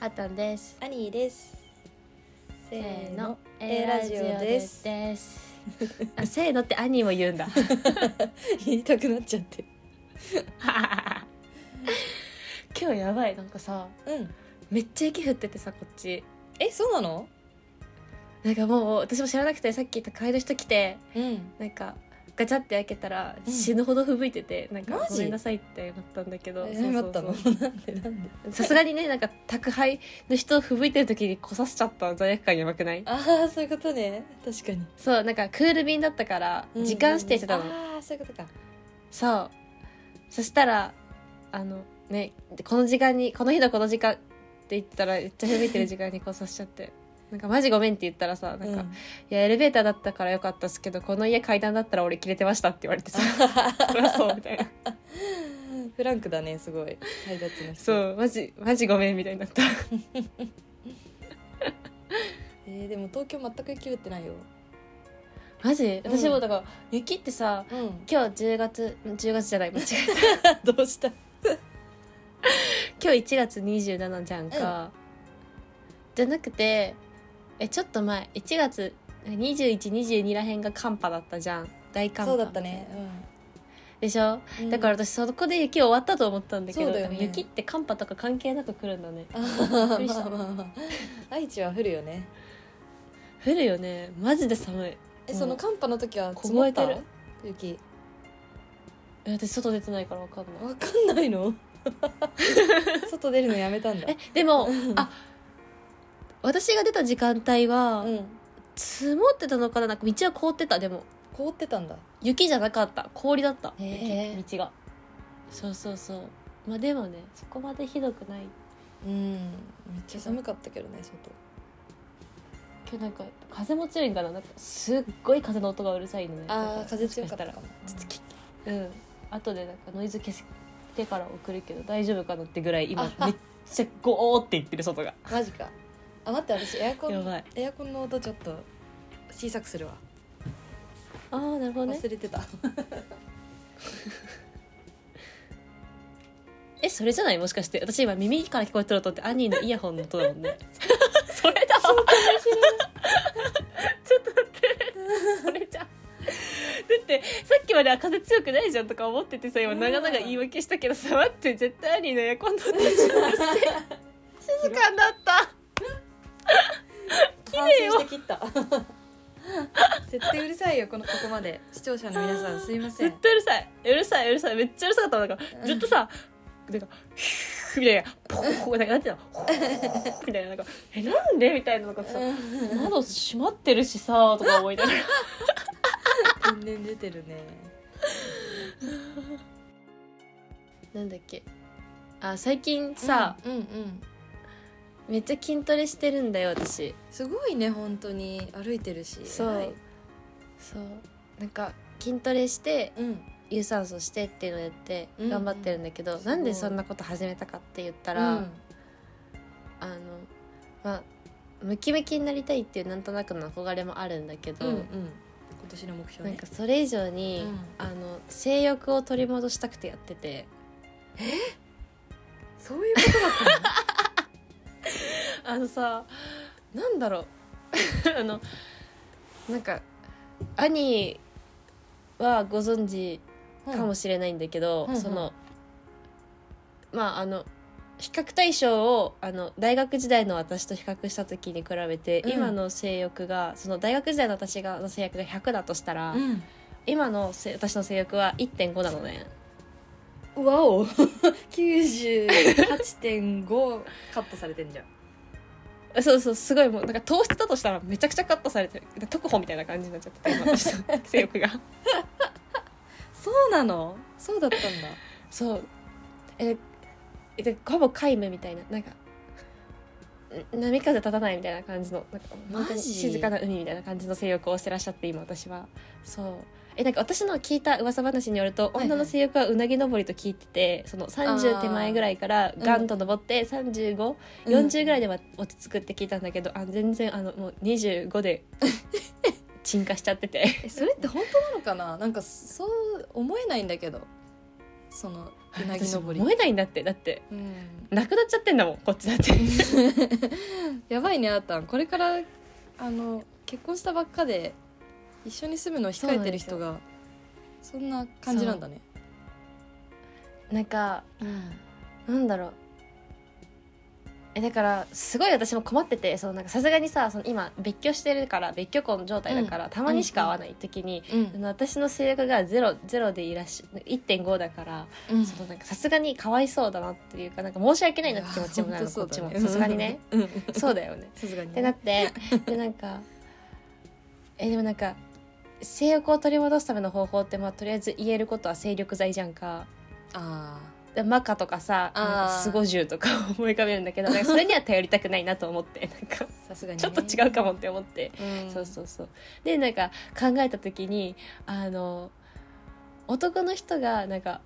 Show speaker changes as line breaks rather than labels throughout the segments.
あったんです
アニーです
せーの
A ラジオです
です あせーのって兄も言うんだ
言いたくなっちゃって
今日やばいなんかさ
うん
めっちゃ雪降っててさこっち
えそうなの
なんかもう私も知らなくてさっき宅配の人来て
うん
なんかガチャって開けたら
うん
死ぬほど吹雪いてて、なんか
マジ
ごめんなさいってなったんだけどそうそう
謝ったの
そう
なんでなんで
さすがにねなんか宅配の人吹雪いてる時に来させちゃった罪悪感やばくない
ああそういうことね確かに
そうなんかクール便だったから時間指定してたの、
ああーそういうことか
そうそしたらあのねこの時間にこの日のこの時間って言ったらめっちゃ響いてる時間にこうさせちゃってなんかマジごめんって言ったらさなんか、
う
いやエレベーターだったからよかったっすけどこの家階段だったら俺切れてましたって言われ てさそりゃそうみたいな
フランクだねすごい配達の人
そうマジマジごめんみたいになった
えー、でも東京全く雪降ってないよ
マジ
うん
私もだから、雪ってさ
うん
今日10月ん10月じゃない間違えた
どうした
今日1月27じゃんか、じゃなくてえちょっと前1月2122らへんが寒波だったじゃん大寒
そ
波
うだったね
でしょ、
うん
だから私そこで雪終わったと思ったんだけ
そ
ど
うだよ
で
ね
も雪って寒波とか関係なく来るんだね
あー
びっくりした
まあまあまあ愛知は降るよね
降るよねマジで寒い
え
うん
その寒波の時は積もった
凍えて
雪
え私外出てないから分かんない
わかんな いの外出るのやめたんだ
えでもあ私が出た時間帯は、
うん
積もってたのかななんか道は凍ってたでも
凍ってたんだ
雪じゃなかった氷だった、
へえ
道がそうそうそうまあでもねそこまでひどくない
うんめっちゃ寒かったけどね外
今日なんか風も強いんかななんかすっごい風の音がうるさいのね
あ
なん
あ風強
も
かった
しら
かも
ちょっときうん後でなんかノイズ消してから送るけど大丈夫かなってぐらい今
あ
めっちゃゴーって言ってる外が
マジかあ待って私エアコ
や
ン
ばい
エアコンの音ちょっと小さくするわ
ああなるほどね
忘れてた
えそれじゃないもしかして私今耳から聞こえてる音ってアニーのイヤホンの音だもんね それ だわちょっと待ってそれじゃんだってさっきまでは風強くないじゃんとか思っててさ今長々言い訳したけどさ待って絶対アニーのエアコンの音でしょ静かになった
綺麗よして切った 絶対うるさいよこのここまで視聴者の皆さんすいません
絶対うるさいうるさいうるさいめっちゃうるさかったのなんかずっとさなんか 「みたいな「ポー」なんかなんていうの 「みたいななんか「えなんで?」みたいなのがさ
うん
窓閉まってるしさとか思いながら
天然出てるね
なんだっけあ最近さ、
うんうんうん
めっちゃ筋トレしてるんだよ私
すごいね本当に歩いてるし
そう
偉い
そうなんか筋トレして
うん
有酸素してっていうのをやって
うん
頑張ってるんだけど、
すごい
なんでそんなこと始めたかって言ったら、
うん
あのまあムキムキになりたいっていうなんとなくの憧れもあるんだけど、
うんうん今年の目標
なん
ね
かそれ以上に、
うん
あの性欲を取り戻したくてやってて
そういうことだったの
あのさなんだろう あのなんか兄はご存知 かもしれないんだけど、
うんうんうん
そのまああの比較対象をあの大学時代の私と比較した時に比べて、
うん
今の性欲がその大学時代の私がの性欲が100だとしたら、
うん
今のせ私の性欲は1.5なのね。
わ お98.5カットされてんじゃん
そうそうすごいもうなんか糖質だとしたらめちゃくちゃカットされてる特保みたいな感じになっちゃってて今の私の性欲が。
そうなのそうだ ったんだ
そうええでほぼ皆無みたいななんかん波風立たないみたいな感じのなんか本当
マ
に
ジ
静かな海みたいな感じの性欲をしてらっしゃって今私はそうえなんか私の聞いた噂話によると、
いはい
女の性欲はうなぎ登りと聞いててその30手前ぐらいからガンと登って3540、40ぐらいで
で
は落ち着くって聞いたんだけど、あ全然あのもう25で 沈下しちゃってて
えそれって本当なのかななんかそう思えないんだけどその
あ
うなぎ
私
登り
燃えないんだってだって
うん
なくなっちゃってんだもんこっちだって
やばいねあーたんこれからあの結婚したばっかで一緒に住むのを控えてる人がそんな感じなんだね
なんか
うん
なんだろうえだからすごい私も困っててそのなんかさすがにさその今別居してるから別居婚状態だから、
うん
たまにしか会わない時に、
うん
あの私の性格がゼロゼロでいらっしゃ1.5だから
うん
そのなんかさすがにかわいそうだなっていうかなんか申し訳ないなって気持ちもなる
いやー
こっ
本当
ち
そう
も
だ
さすがにね
うん
そうだよね。
さすがに
ってな ってでなんかえでもなんか性欲を取り戻すための方法って、まあ、とりあえず言えることは精力剤じゃんか。
あ
でマカとかさ
あー
なんかスゴジュウとかを思い浮かべるんだけど なんかそれには頼りたくないなと思ってなんか
ーさすがに
ちょっと違うかもって思って、
う
そうそうそうでなんか考えた時にあの男の人がなんか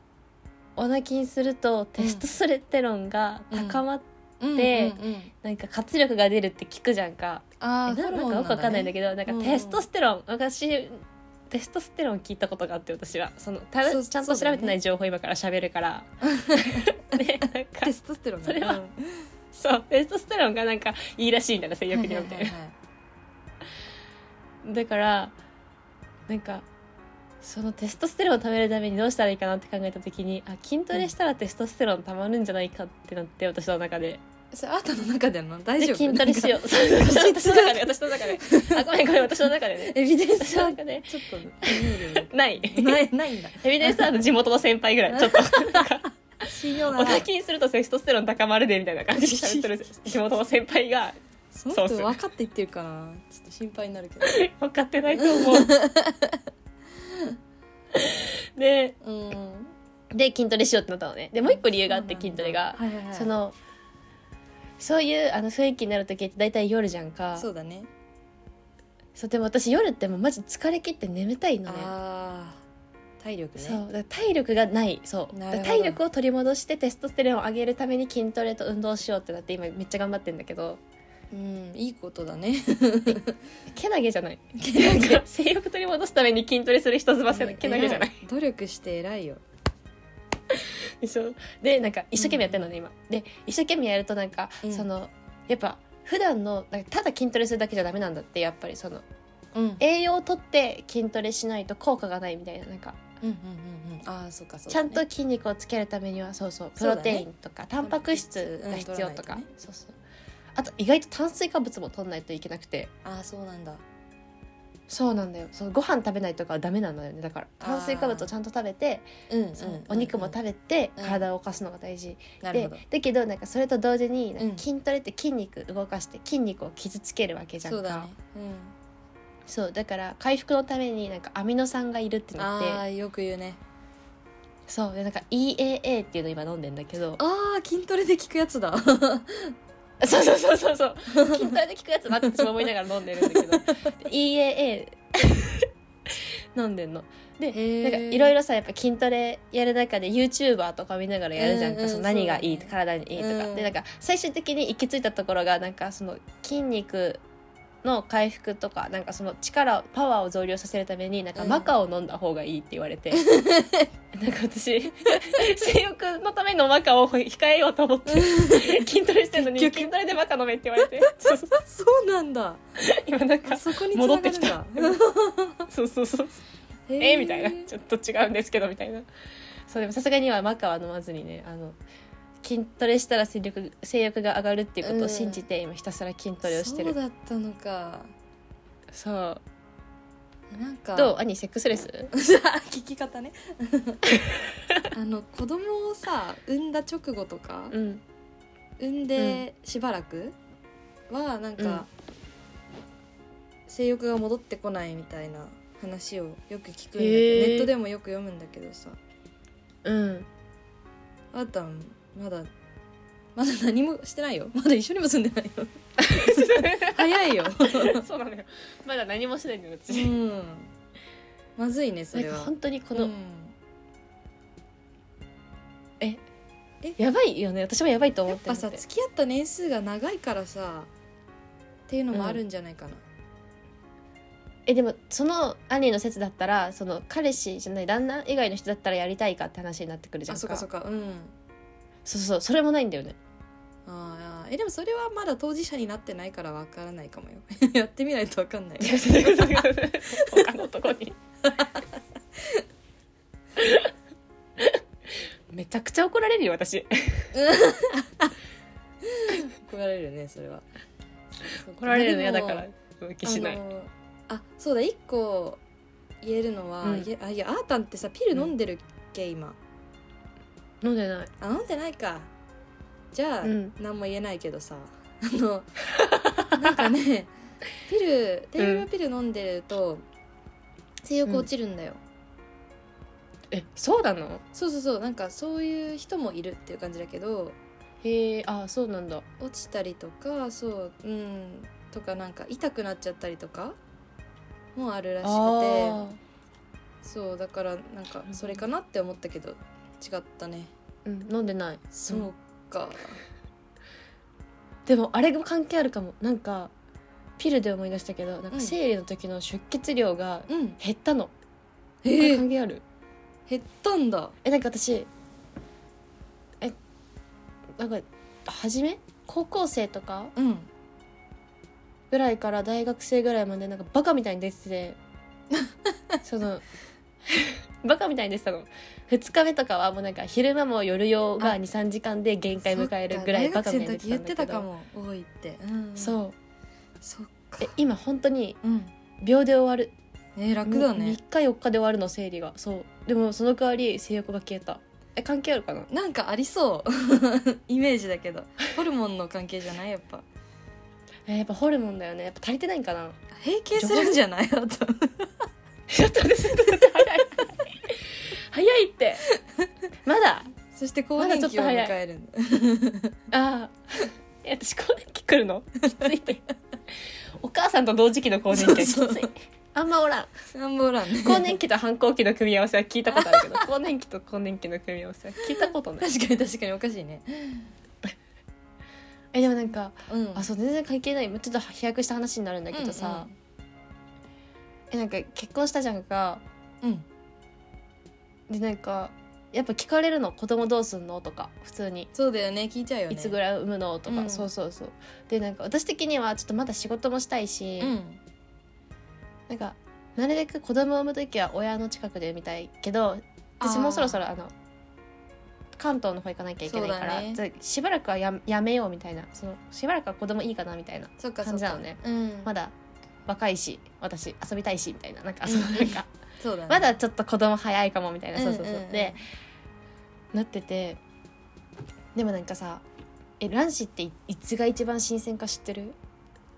オナキンするとテストステロンが高まっ
うん
で
うんうんうん
なんか活力が出るって聞くじゃんか、
あ
え
ー
な
ホ
な
ル
ん
モン
かよくわかんないんだ
け
けどなんか
うんうん
テストステロン、私テストステロン聞いたことがあって私はそのた
そう
ちゃんと
そう
調
だよ
べ
ね
てない情報今から喋る から。ねなんか
テストステロンね
それは
うん
そうテストステロンがなんかいいらしいんだな性欲にはみたい
は
な
はは
だからなんかそのテストステロンを貯めるためにどうしたらいいかなって考えた時にあ筋トレしたらテストステロン溜まるんじゃないかってなって私の中で
いそれあーたの中での大
で
丈夫
筋トレし よう私
実
の中で 私の中であごめんごめん私の中でね
エビデン
私
スは
の中で
ちょっと見
ない
えるないないんだ
エビデンスはあの地元の先輩ぐらい ちょっとなんか
信用
お
ない
腹筋するとテストステロン高まるでみたいな感じで喋って る地元の先輩が
その
そうっ
人
す
分かって言ってるかなちょっと心配になるけど
分かってないと思 うで
うん
で筋トレしようってなったのねでもう一個理由があって
そう
筋
なんだ
トレが
はいはいはい
そのそういうあの雰囲気になる時って大体夜じゃんか
そうだね
そうでも私夜ってもうマジ疲れ切って眠たいのね
あー体力ね
そうだから体力がないそう
なるほど
体力を取り戻してテストステロンを上げるために筋トレと運動しようってなって今めっちゃ頑張ってんだけど
うんいいこと だね
けなげじゃない
け
なんか 性欲取り戻すために筋トレする人すばせけなげじゃない
努力して偉いよ
でしょでなんか一生懸命やってるのね、今で一生懸命やるとなんか、
うん
そのやっぱ普段のなんかただ筋トレするだけじゃダメなんだってやっぱりその
うん
栄養をとって筋トレしないと効果がないみたいななんか
うんうんうんうんああそうかそう
ちゃんと
だね
筋肉をつけるためにはそうそうプ
そう
ロ
だね
テインとか、タンパク質が必要とか、
うん取らないとね
そうそうあと意外と炭水化物も取んないといけなくて
ああそうなんだ
そうなんだよそのご飯食べないとかはダメなんだよねだから
あー
炭水化物をちゃんと食べて、
うんうん
そのお肉も食べて、
うん
体を動かすのが大事、
なる
で
ほど
だけどなんかそれと同時になんか
うん
筋トレって筋肉動かして筋肉を傷つけるわけじゃんか
そうだね
そうだから回復のためになんかアミノ酸がいるって
うん
なっ
ああ
て
よく言うね
そうでなんか EAA っていうの今飲んでんだけど
ああ筋トレで効くやつだ
そうそうそうそうそう筋トレで効くやつなって私も思いながら飲んでるんだけど EAA 飲んでんのでなんかいろい
ろ
ろさやっぱ筋トレやる中で YouTuber とか見ながらやるじゃんか、
うんうん
その何がいい、
そうだ
体にいいとか、
うん
でなんか最終的に行き着いたところがなんかその筋肉の回復とかなんかその力をパワーを増量させるためになんか
うん
マカを飲んだ方がいいって言わ れて、なんか私性欲のためのマカを控えようと思って筋トレしてるのに
結局
筋トレでマカ飲めって言われてそうそう
そうなんだ
今なんか
あそこに繋がるん だ
戻ってそうそうそうえーみたいなちょっと違うんですけどみたいなそうでもさすがにはマカは飲まずにねあの筋トレしたら精力性欲が上がるっていうことを信じて、今ひたすら筋トレをして
そ
る
うだったのか
そう
なんか
どう兄セックスレス
聞き 方ねあの子供をさ産んだ直後とか
うん
産んでしばらくはなんか、
うん
性欲が戻ってこないみたいな話をよく聞く
へ
んだけど、
ー
ネットでもよく読むんだけどさ
うん
あーたんまだまだ何もしてないよまだ一緒にも住んでない よ早いよ、
そうなのよまだ何もしないんだよ
う
私
ん、まずいねそ
なん
れ
か
は
本当にこ
う
の、
ん
やばいよね私もやばいと思
や
っ
ってぱ
るの
さ
で
付き合った年数が長いからさっていうのもあるんじゃないかな、
えでもその兄の説だったらその彼氏じゃない旦那以外の人だったらやりたいかって話になってくるじゃん
あそうかそう
か
かうん
そうそうそれもないんだよね
あーえでもそれはまだ当事者になってないからわからないかもよ やってみないとわか んない
他の男に めちゃくちゃ怒られるよ私
怒られるねそれは
怒られるの嫌だか
まあ
ら
でも
浮気しない
あのあそうだ一個言えるのは、
うん
いやあいやあーたんってさピル飲んでるっけ、今
飲んでない
あ飲んでないかじゃあ、
うん
何も言えないけどさ あのなんかねピル低用量ピル飲んでると性欲落ちるんだよ、
えそうなの
そうそうそうなんかそういう人もいるっていう感じだけど
へえあそうなんだ
落ちたりとかそううんとかなんか痛くなっちゃったりとかもあるらしくて
あ
そうだからなんかそれかなって思ったけど違ったね
ーうん飲んでない
そうか、
でもあれも関係あるかもなんかピルで思い出したけどなん
うん
か生理の時の出血量が
うん
減ったの、
え
これ
ー
関係ある
減ったんだ
えなんか私えなんか初め高校生とか
うん
ぐらいから大学生ぐらいまでなんかバカみたいに出て てそのバカみたいに出てたの2日目とかはもうなんか昼間も夜用
あ
が23時間で限界迎えるぐらい
そっ
バ
か
カ
大
みた
学生
い
の
に
時
出
言ってて
たんだ
た
け
か
ど
も多いって、うん、
そう
そっか
え今本当に
うん
秒で終わる
えー楽だね
3日4日で終わるの生理がそうでもその代わり性欲が消えたえ関係あるかな
なんかありそう イメージだけどホルモンの関係じゃないやっぱ
えやっぱホルモンだよねやっぱ足りてないんかな
閉経するんじゃないあと
ちょっとですちょっと待って早い早いってまだ
そして更年期を迎え るんだ
ああ え私更年期来るのきついってお母さんと同時期の更年期はきつい
そうそう
あんまおらん
アンボーランね
更年期と反抗期の組み合わせは聞いたことあるけど 更年期と更年期の組み合わせは聞いたことない
確かに確かにおかしいね
えでもなんか
うん
あそう全然関係ないちょっと飛躍した話になるんだけどさ、えなんか結婚したじゃんか
うんうん
でなんかやっぱ聞かれるの子供どうすんのとか普通に、
そうだよね聞いちゃうよね
いつぐらい産むのとか、
うん
そうそうそうでなんか私的にはちょっとまだ仕事もしたいし、
うん
なんかなるべく子供を産む時は親の近くで産みたいけど私もうそろそろあの関東の方行かなきゃいけないから、
そうだね
じゃあしばらくはややめようみたいなそのしばらくは子供いいかなみたいな
そっかそ
感
っ
じな
か
のね
うん
まだ若いし私遊びたいしみたいななんかそのなんか
そうだね
まだちょっと子供早いかもみたいな、そうそうそう、
んんん
でなっててでもなんかさえ卵子っていいつが一番新鮮か知ってる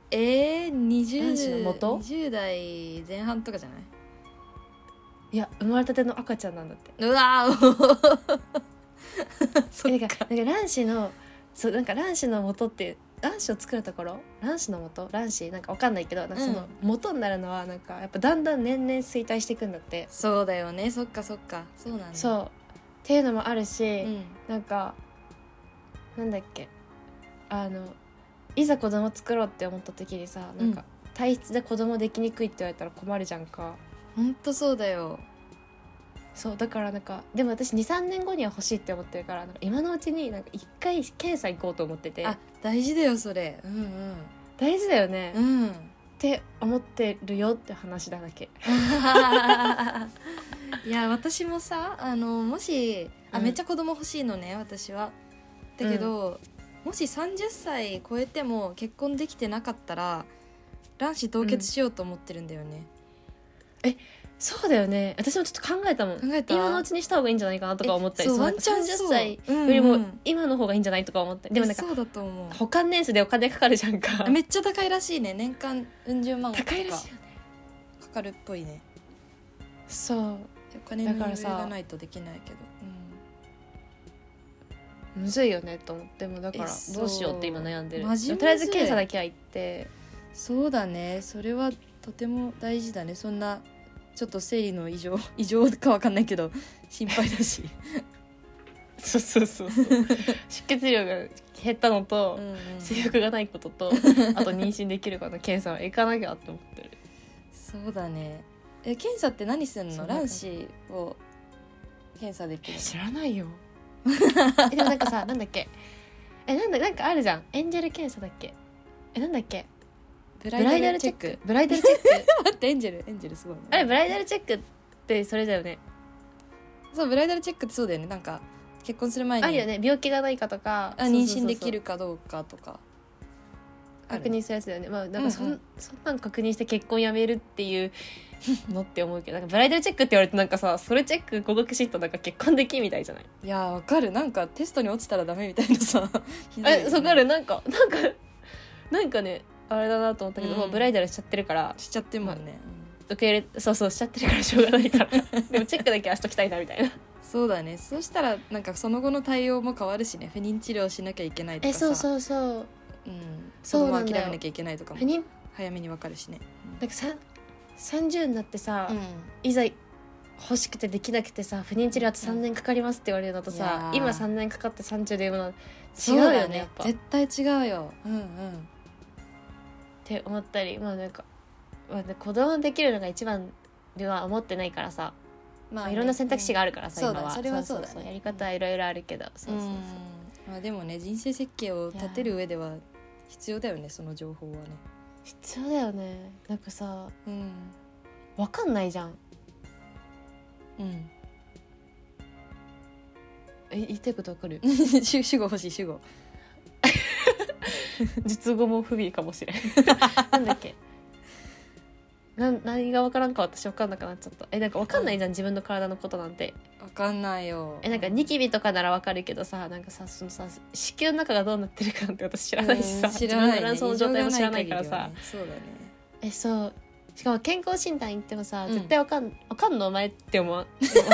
えー、
卵子の
20,
元
20代前半とかじゃない
いや生まれたての赤ちゃんなんだって
う わーそ
え
っ
なんか
か
なんか卵子のそうなんか卵子の元って卵子を作るところ卵子の元卵子なんかわかんないけどなんかその元になるのはなんかやっぱだんだん年々衰退していくんだって、
そうだよねそっかそっかそうなんだ
そうっていうのもあるし、
うん、
なんかなんだっけあのいざ子供作ろうって思った時にさなんか、体質で子供できにくいって言われたら困るじゃんか
ほんとそうだよ
そうだからなんかでも私23年後には欲しいって思ってるからなんか今のうちになんか一回検査行こうと思ってて
あ大事だよそれうん
大事だよね、
う
っ
んうん
て思ってるよって話だだけ
いや私もさあのもしあ、
うん
めっちゃ子供欲しいのね私はだけど、もし30歳超えても結婚できてなかったら卵子凍結しようと思ってるんだよね、
そうだよね私もちょっと考えたもん
考えた
今のうちにした方がいいんじゃないかなとか思ったり
えそう
の
ワンチャンそ
30
う
歳
うん
より
う
も
ん
今の方がいいんじゃないとか思ったりでもなんか
そうだと思う
保管年数でお金かかるじゃんか
あめっちゃ高いらしいね年間うん十万とか
高いら
か
しいよね
かるっぽいね
そう
お金の
だか
余
ら
裕
さ
がないとできないけど、
むずいよねと思ってもうだから
えそう
どうしようって今悩んでる
マジむずい
とりあえず検査だけは行 って
うんそうだねそれはとても大事だねそんなちょっと生理の異常 異常かわかんないけど心配だ し、
そうそうそうそう出血量が減ったのと、
うんうん
性欲がないこととあと妊娠できるかの検査は行かなきゃって思ってる
そうだねえ検査って何すん
そ
の
うなんか
卵子を検査できる
知らない よえでもなんかさなんだっけえなんだなんかあるじゃんエンジェル検査だっけえなんだっけブ
ブ
ライダルチェックブライダルチェック
待ってエンジェルエンジェルすごいね
あれブライダルチェックってそれだよね
そうブライダルチェックってそうだよねなんか結婚する前に
あるよね病気がないかとか
あ妊娠できるかどうかとかある
確認するやつだよねまあなんかそ,、
うんうん
ん、そんなん確認して結婚やめるっていう のって思うけどなんかブライダルチェックって言われてなんかさそれチェック合格シートなんか結婚できんみたいじゃない
いやーわかるなんかテストに落ちたらダメみたいなさひどいよね
えそこあるなんかなんかなんかねあれだなと思ったけど、
うん
もうブライダルしちゃってるから
しちゃってもんね、
受け入れそうそうしちゃってるからしょうがないから でもチェックだけはしときたいなみたいな
そうだねそうしたらなんかその後の対応も変わるしね不妊治療しなきゃいけないとかさう、
うそう
うん、
そ
そうう
な
なん
だよ
諦めなきゃいけないとかも
妊
早めにわかるしね、
なんかさ30になってさ、
うん、
いざ欲しくてできなくてさ不妊治療あと3年かかりますって言われるのと
いや
さ
ー
今3年かかって30で産むの違
そう
うよ
だ
ね
よ
やっ
ね
ぱっ
絶対違うようんうん
て思ったりまあなんか、まあね、子供できるのが一番では思ってないからさ、
ま
まあ、いろんな選択肢があるからさ、
そうだ
今は
それはそうだね
やり方はいろいろあるけど、そうそうそう
うんまあでもね人生設計を立てる上では必要だよねその情報はね
必要だよねなんかさ
うん
わかんないじゃん
うん
え言いたいことわかる
主主語欲 しい主語
術語も不備かもしれん なんだっけなん何がわからんか私わかんなくなっちゃったえなんかわかんないじゃん自分の体のことなんて
わかんないよ
えなんかニキビとかならわかるけどさなんかさそのさ子宮の中がどうなってるかなんて私知らないしさ、
うん知らない、ね、
自分の卵巣の状態も知らないから
異
さ、
常がない限りはねそうだね
えそうしかも健康診断行ってもさ、
うん
絶対わかんわかんのお前って思うわ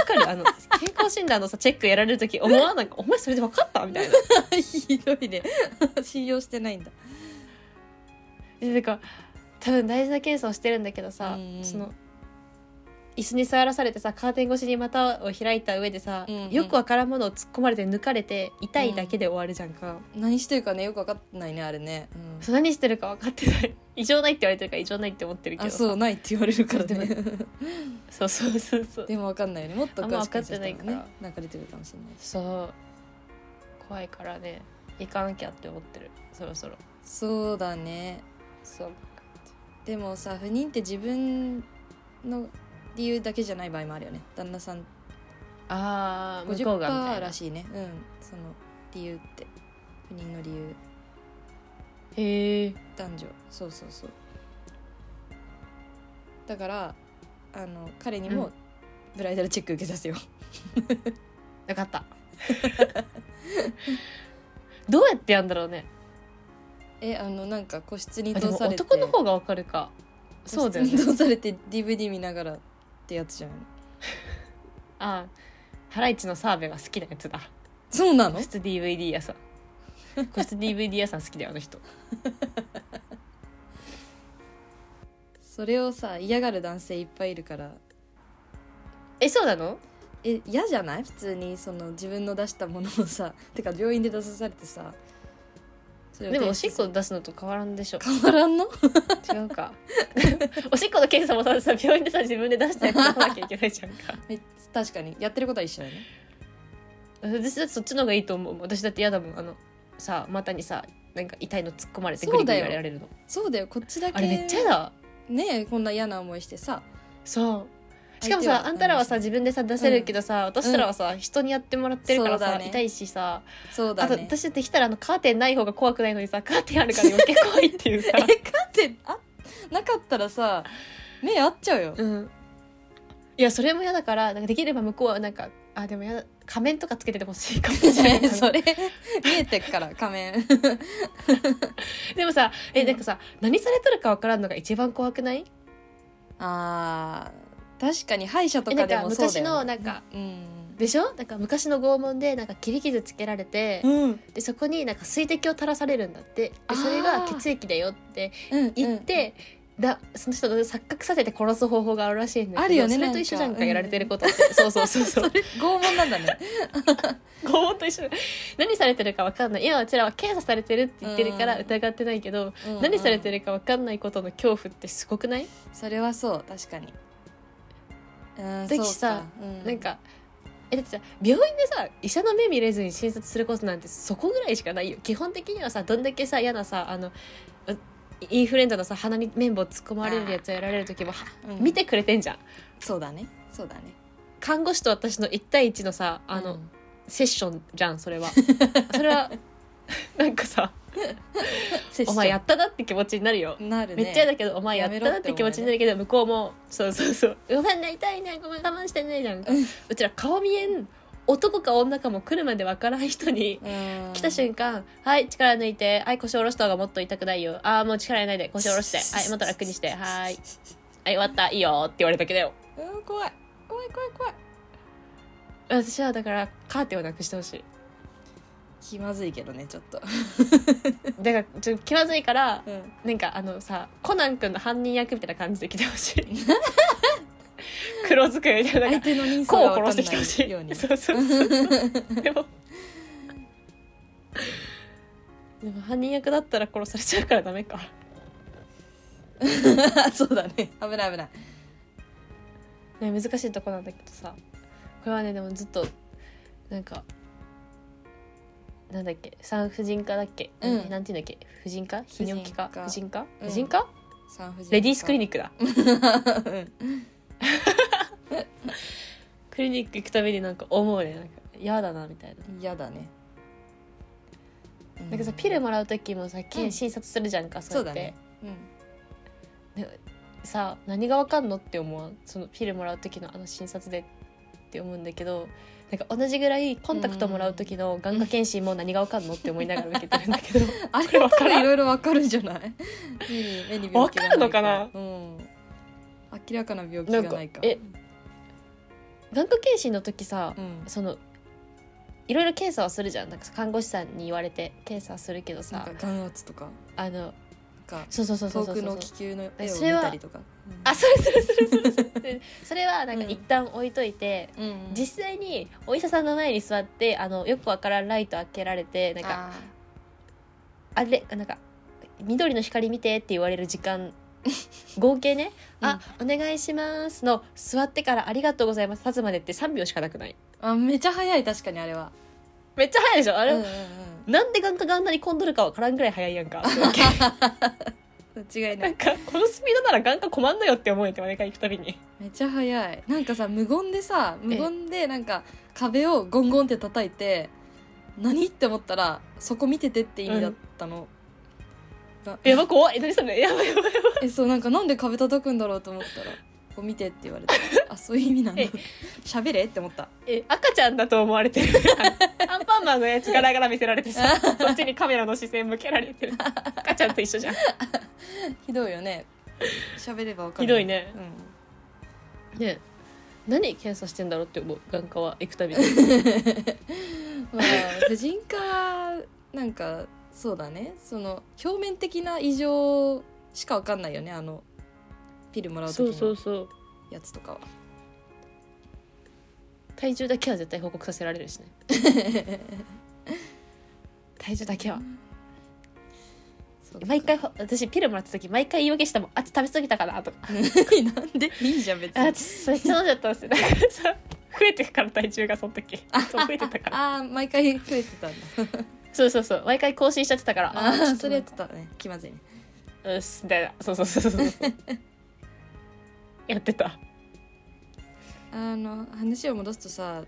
かるあの健康診断のさチェックやられる時思わなんかお前それでわかったみたいな
ひどいね 信用してないんだ
えなんか多分大事な検査をしてるんだけどさ、
うんうん
その椅子に座らされてさカーテン越しに股を開いた上でさ、
うんうん
よくわからんものを突っ込まれて抜かれて痛いだけで終わるじゃんか、
何してるかねよくわかんないねあれね、う
そう何してるか分かってない 異常ないって言われてるから異常ないって思ってる
ん
けど
あ
さ
そうないって言われるから
でも
ね
そうそうそうそう
でもわかんないよねもっと
あんま
詳しく
わかってないから
ねなんか出てるかもしれないし
そう怖いからね行かなきゃって思ってるそろそろ
そうだね
そう
でもさ不妊って自分の理由だけじゃない場合もあるよね旦那さん
ああ向こうがみた
50%
いな
らしいねうんその理由って不妊の理由
へえ
男女そうそうそうだからあの彼に
う
も
ん
ブライダルチェック受けさせよ
よかった どうやってやんだろうね
う、えあのなんか個室に
あで
通
も
されて
男の方がわかるかそうだよね
個室に通されて DVD 見ながらってやつじゃないの
あーハライチの澤部が好きなやつだ
そうなの
個室 DVD 屋さん 個室 DVD 屋さん好きだよあの人
それをさ嫌がる男性いっぱいいるから
えそうなの
え嫌じゃない普通にその自分の出したものをさ てか病院で出さされてさそれを
でもお
提
し
出
っこ出すのと変わらんで しょ
変わらんの
違うか おしっこの検査もささ病院でさ自分で出したやつ取らなきゃいけないじゃんか
え確かにやってることは一緒だよね
私だってそっちの方がいいと思う私だって嫌だもんあのさ股にさなんか痛いの突っ込まれてグ
そ
リ
う
グ
だ
リ
よ
やられるの
そうだよこっちだけ
あれめっちゃ嫌だ
ねえこんな嫌な思いしてさ
そうしかもさ
相手は
あんたらはさ自分でさ出せるけどさ、私らはさ人にやってもらってるから
そう
さ、
だね
痛いしさ、
そう
あ
だ
と
ね
私できたらあのカーテンない方が怖くないのにさカーテンあるから余計怖いっていうさ
えカーテンあなかったらさ目合っちゃ うよ
うん、いやそれも嫌だからなんかできれば向こうはなんかあでもやだ仮面とかつけててほしいかもしれない
それ見えてっから仮面
でもさえ
うん
なんかさ何されとるかわからんのが一番怖くない
あー確かに歯医者と
えな
か
ん
で
か
もそうだ
昔の
よ、
な
ね、
んか
うん
でしょなんか昔の拷問でなんか切り傷つけられて
うんうん
でそこになんか水滴を垂らされるんだって
あ
で
ー
それが血液だよって
うん
言って、だその人が錯覚させて殺す方法があるらしいんだけど
あるよね
それ
なん
と
か
一緒じゃんか
うん
やられてることって、そうそうそう そう
れ拷問なんだね
拷問と一緒何されてるか分かんない今うちらは検査されてるって言ってるから
うん
疑ってないけど、
うんうん
何されてるか分かんないことの恐怖ってすごくない、
それはそう確かにうん
だしさ
そうう
なんかえだってさ病院でさ医者の目見れずに診察することなんてそこぐらいしかないよ基本的にはさどんだけさ嫌なさあのうインフルエンザのさ鼻に綿棒突っ込まれるやつやられる時もは
うん
見てくれてんじゃん
そうだねそうだね
看護師と私の1対1のさあの、
うん
セッションじゃんそ れはそれはなんかさ
セッショ
お
ン
前やったなって気持ちになるよ
なるね
めっちゃ嫌だけど、お前やったなって気持ちになるけど、向こうも、そうそう そう。ごめんね、痛いね、ごめん我慢してね、なんか。
うん
うちら顔見えん、男か女かも来るまでわからん人に、
うん
来た瞬間、はい、力抜いて、はい、腰下ろした方がもっと痛くないよ。ああ、もう力入れないで、腰下ろ して、はい、もっと楽にして、はーい。はい、終わった、いいよって言われたけどよ。
うん怖い怖い怖い怖い
私はだから、カーテンをなくしてほしい。
気まずいけどねちょっと
だから、ちょっと気まずいから、
うん
なんかあのさ、コナン君の犯人役みたいな感じで来てほ しい。黒ずくめみたいな。
相手の人数
こう
が分
殺してき
かん
てほし。
ないいように
そうそうそう。でも。でも犯人役だったら殺されちゃうからダメか。
そうだね危ない危ない
ね難しいとこなんだけどさ。これはねでもずっとなんかなんだっけ産婦人科だっけ、
うん
なんていうんだっけ婦人科泌尿器科婦
婦
人
人
科
うん
婦人科、
産婦人科
レディースクリニックだ。
うん
クリニック行くたびになんか思うねなんか嫌だなみたいな。
嫌だね
なんかさピル
も
もらう時もさ、け
うん
診察するじゃんかそ
そう
や
うだ
って。
ねうん
さ何がわかんのって思うそのピルもらう時のあの診察でって思うんだけどなんか同じぐらいコンタクトもらう時の眼科検診も何がわかんのって思いながら受けてるんだけ ど
あれ
これわ
だ
か
からら
ん
いろいろわかるんじ ゃない目に目に病気がない
わかるの
うん明らかな病気
な
が
んか
ないか
え眼科検診の時さ、
うん
そのいろいろ検査はするじゃんなんか看護師さんに言われて検査はするけど
なん
さ
か眼圧とか
あの
なんか
そうそうそうそう
遠
そう
く
そう
の気球の
え
絵を
それ
見
は
たりとかうん
あそれそれそれそれそれで それはなんか
うん
一旦置いといて、
うんうん
実際にお医者さんの前に座ってあのよくわからんライト開けられてなんか
あー
あれなんか緑の光見てって言われる時間 合計ね「あ、お願いします」の「座ってからありがとうございます」立つまでって3秒しかなくない
あめちゃ早い確かにあれは
めっちゃ早いでしょあ
あ
れ、
うんうん
なんで眼科があんなに混んどるかわからんぐらい早いやんか
うん、違いな
ないんかこのスピードなら眼科困んのよって思えてお願い行くたびに
めっちゃ早いなんかさ無言でさ無言でなんか壁をゴンゴンって叩いて何って思ったらそこ見ててって意味だったの、が
やば怖い何それやばいやばいやばい
えそうなんかなんで壁叩くんだろうと思ったら「こう見て」って言わ れて「あそういう意味なんだ
え」
「喋れ」って思った
え赤ちゃんだと思われてるアンパンマンのやつガラガラ見せられて さそっちにカメラの視線向けられてる赤ちゃんと一緒じゃん
ひどいよね喋ればわかる
ひどいね
うん
ね何検査してんだろうって思う眼科は行くたびに
まあ婦人科はなんかそうだねその表面的な異常しかわかんないよねあのピルもら う
そ
時
うそう
の
そう
やつとかは
体重だけは絶対報告させられるしね 体重だけは
そう
毎回ほ私ピルもらった時毎回言い訳したもんあっち食べ過ぎたかなとか
なんでいいじゃん別
あっ
に
ちそれそうだったんですよだからさ増えてくから体重がその時そう増えてた から
ああ毎回増えてたんだ
そうそうそう毎回更新しちゃってたから
あ
ー
あそれやっ
ち
て
ょった
ね気まずいね
とうっすみたいなそうそうそうそうそうやってた
あの話を戻すとさ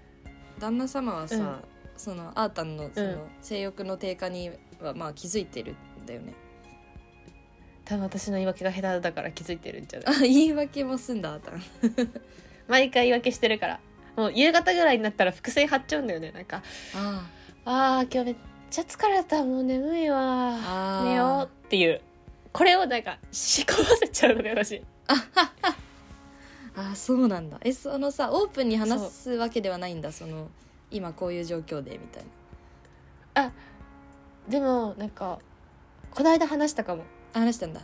旦那様はさ、
うん
そのあーたんのその、
うん
性欲の低下にはまあ気づいてるんだよね
多分私の言い訳が下手だから気づいてるんじゃない
あ言い訳も済んだあーたん
毎回言い訳してるからもう夕方ぐらいになったら伏線張っちゃうんだよねなんか
あ
あー今日めっちゃ疲れたもう眠いわ
あ
寝ようっていうこれをなんか仕込ませちゃうのね私
あそうなんだえそのさオープンに話すわけではないんだその今こういう状況でみたいな
でもなんかこないだ話したかも
あ話したんだ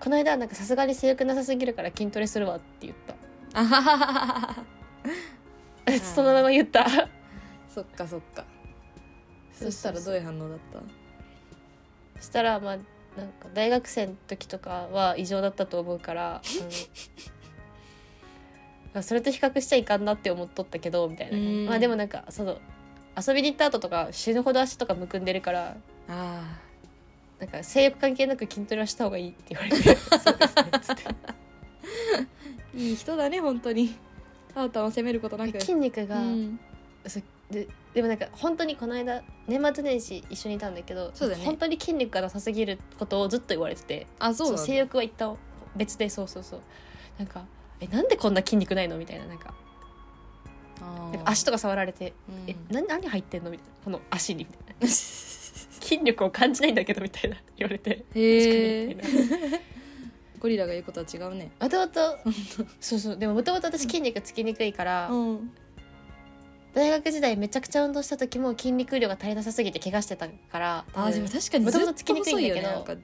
この間なんかさすがに性欲なさすぎるから筋トレするわって言った
あはははは
そのまま言った
そっかそっか そしたらどういう反応だった
そしたらまあなんか大学生の時とかは異常だったと思うから、 うんそれと比較しちゃいかんなって思っとったけどみたいな、
うん
まあでもなんかその遊びに行った後とか死ぬほど足とかむくんでるから
あ
なんか性欲関係なく筋トレはした方がいいって言 われて そうですねっつって
ーいい人だね本当にあーたんを責めることなく
筋肉
う
が、
ん、
そうででもなんか本当にこの間年末年始一緒にいたんだけど
そうだね
本当に筋肉がなさすぎることをずっと言われてて
あそうなんだ
性欲は一旦別でそうそうそうなんかえなんでこんな筋肉ないのみたいななんかな
あ
んか足
と、
とか触られて
う
「
ん
え何何入ってんの?」みたいなこの足にみたいな筋力を感じないんだけどみたいな言われて
へえ
確かにみたいな
ゴリラが言うことは違うね
もともとそうそうでももともと私筋肉つきにくいから、
うん
大学時代めちゃくちゃ運動した時も筋肉量が足りなさすぎて怪我してたから
あーでも確かに
元
ず
々
っ
つ
と
きにくい
細
んだ
いよ
け
ね
ど
なんかうん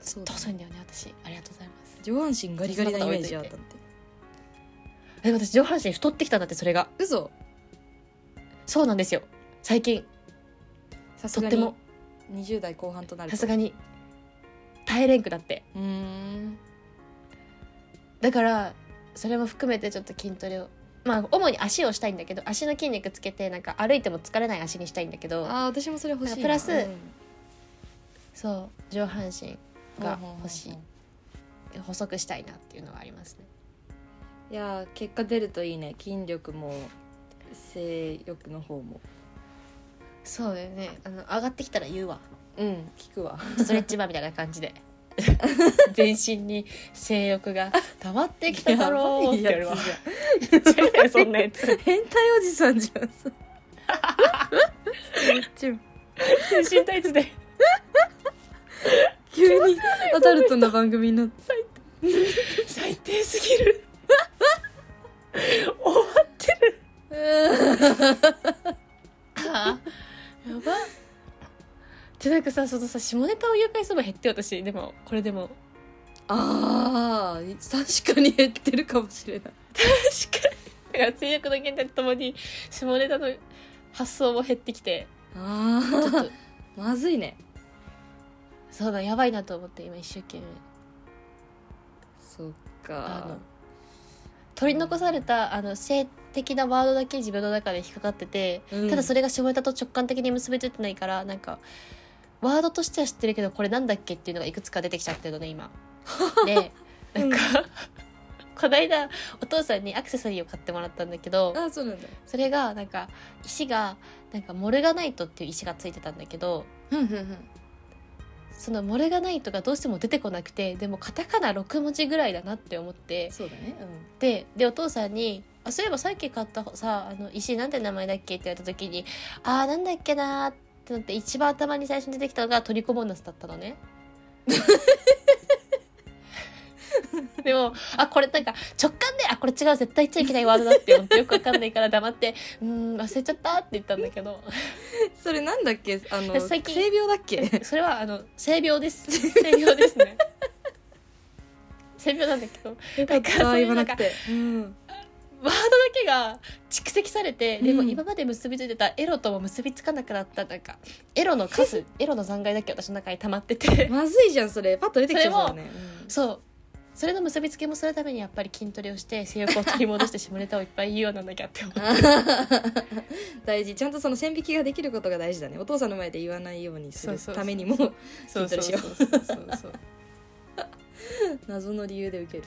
そうだね
細いんだよね私ありがとうございます
上半身ガリガリなイメージあったんで
え私上半身太ってきたんだってそれが
嘘
そうなんですよ最近
さす
とっ
が
て
に
も
20代後半となる
さ
と
すがに耐えれんくだって
うーん
だからそれも含めてちょっと筋トレをまあ主に足をしたいんだけど足の筋肉つけてなんか歩いても疲れない足にしたいんだけど
あー私もそれ欲しいな
プラス
うん
そう上半身が欲し
ほ
いう
ほうほう
細くしたいなっていうのはありますね
ほういやー結果出るといいね筋力も性欲の方も
そうだよねあの上がってきたら言うわ
うん聞くわ
ストレッチマンみたいな感 じで全身に性欲が溜まってきただろうって言わ
やばいやつじゃん
れるそんなやつ
変態おじさんじゃんそれ
全身タイツで
急にアダルトな番組になって
最低すぎる 終わってるああやばでなんかさそのさ下ネタを誘拐するの減って私でもこれでも
あー確かに減ってるかもしれない
確かにだから性欲の減点とともに下ネタの発想も減ってきて
あ
ちょっ
ー
と
まずいね
そうだやばいなと思って今一生懸命
そっ
あの
か
取り残されたあの性的なワードだけ自分の中で引っかかってて、
うん
ただそれが下ネタと直感的に結びついてないからなんかワードとしては知ってるけどこれなんだっけっていうのがいくつか出てきちゃってるのね 今。でなんか、こないだお父さんにアクセサリーを買ってもらったんだけど
あーそうなんだ
それがなんか石がなんかモルガナイトっていう石がついてたんだけど
うんうんうん
そのモルガナイトがどうしても出てこなくてでもカタカナ6文字ぐらいだなって思って
そうだね
ででお父さんに「あそういえばさっき買ったさあの石なんて名前だっけ?」って言われた時に「あーなんだっけな」ってなって一番頭に最初に出てきたのがトリコモンナスだったのね。でもあこれなんか直感で「あこれ違う絶対言っちゃいけないワードだ」って思ってよくわかんないから黙って「うーん忘れちゃった」って言ったんだけど
うんそれなんだっけあの
最近
性病だっけ
それはあの性病です性病ですね。性病なんだけど
よかった
そうい
言
うな
わ なん
か
くてうん
ワードだけが蓄積されて、でも
うん
今まで結びついてたエロとも結びつかなくなったなんかエロの数エロの残骸だけ私の中に溜まってて
まずいじゃんそれパッと出てきちゃうからねうん
そうそれの結びつけもするためにやっぱり筋トレをして性欲を取り戻して下ネタをいっぱい言うようになんだきゃって思う
大事ちゃんとその線引きができることが大事だねお父さんの前で言わないようにす
そう
る
そうそう
ため にも
そうそうそうそうそう
謎の理由で受ける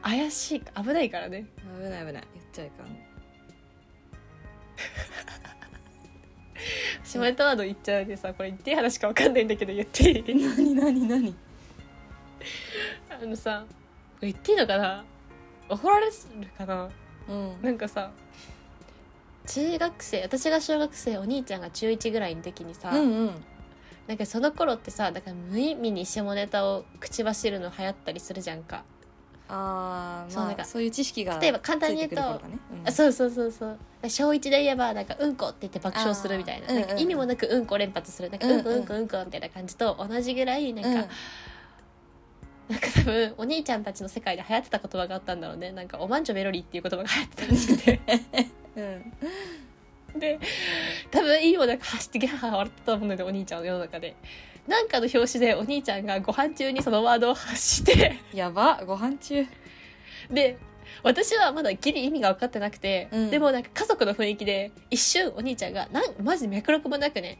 怪しい危ないからね
危ない危ない言っちゃいかん
下ネタワード言っちゃうでさこれ言っていい話か分かんないんだけど言っていい
何何何
あのさこれ言っていいのかな怒られるかな
うん
なんかさ中学生私が小学生お兄ちゃんが中1ぐらいの時にさ、
うんうん
なんかその頃ってさだから無意味に下ネタを口走るの流行ったりするじゃんか、
あー
そうなん
ま
か
あそういう知識が
例えば簡単に言うと
ついてくる頃だねうん
あそうそうそうそう小1で言えばなんか「うんこ」って言って爆笑するみたいな
あー
なんか
うんうん
意味もなく「うんこ」連発するなんか「
うん
う
うんん
こうんこうんこ」みたいな感じと同じぐらいなんか、
う
なんか多分お兄ちゃんたちの世界で流行ってた言葉があったんだろうねなんかおまんじょメロリーっていう言葉が流行ってたらしくて
うん
で多分今なんか走ってギャー笑ってたものでお兄ちゃんの世の中でなんかの表紙でお兄ちゃんがご飯中にそのワードを発して
やばご飯中
で私はまだギリ意味が分かってなくて、
うん
でもなんか家族の雰囲気で一瞬お兄ちゃんがなんマジ脈絡もなくね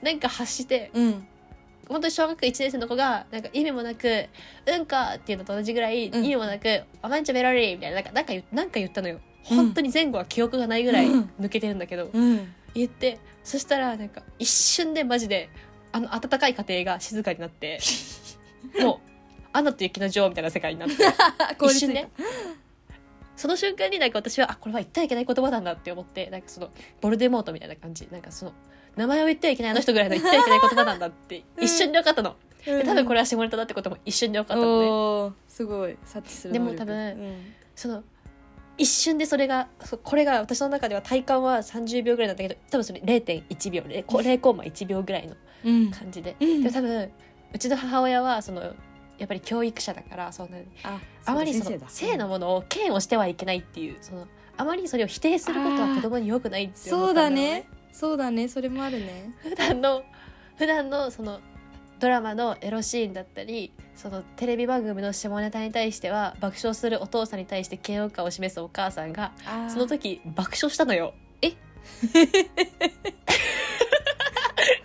なんか発して
うん
本当に小学1年生の子がなんか意味もなく「うんか」っていうのと同じぐらい意
うん
味もなく「あまんちゃべられ」みたいななんかなんか言なんか言ったのよ。
うん
本当に前後は記憶がないぐらい
うん
抜けてるんだけど、
うん
言ってそしたらなんか一瞬でマジであの温かい家庭が静かになって もう「アナと雪の女王」みたいな世界になって一瞬ねその瞬間になんか私はあこれは言ってはいけない言葉なんだって思ってなんかそのボルデモートみたいな感じなんかその名前を言ってはいけないあの人ぐらいの言ってはいけない言葉なんだって
うん
一瞬で分かったの、
うん
で多分これは下ネタだってことも一瞬で分かったので、
おーすごい察知する能
で
力
も多分
うん
その一瞬でそれがそこれが私の中では体感は30秒ぐらいなんだけど多分それ0.1秒0コ0コンマ1秒ぐらいの
うん
感じで、
うん
でも多分うちの母親はそのやっぱり教育者だからそんな
あ
あまりそ
先生
の
だ
性のものを嫌悪してはいけないっていうそのあまりそれを否定することは子供に良くないって思
そ
っ
う
た
だ
んろ
ねそうだねそれもあるね
普段の普段のそのドラマのエロシーンだったりそのテレビ番組の下ネタに対しては爆笑するお父さんに対して嫌悪感を示すお母さんがその時爆笑したのよ。 え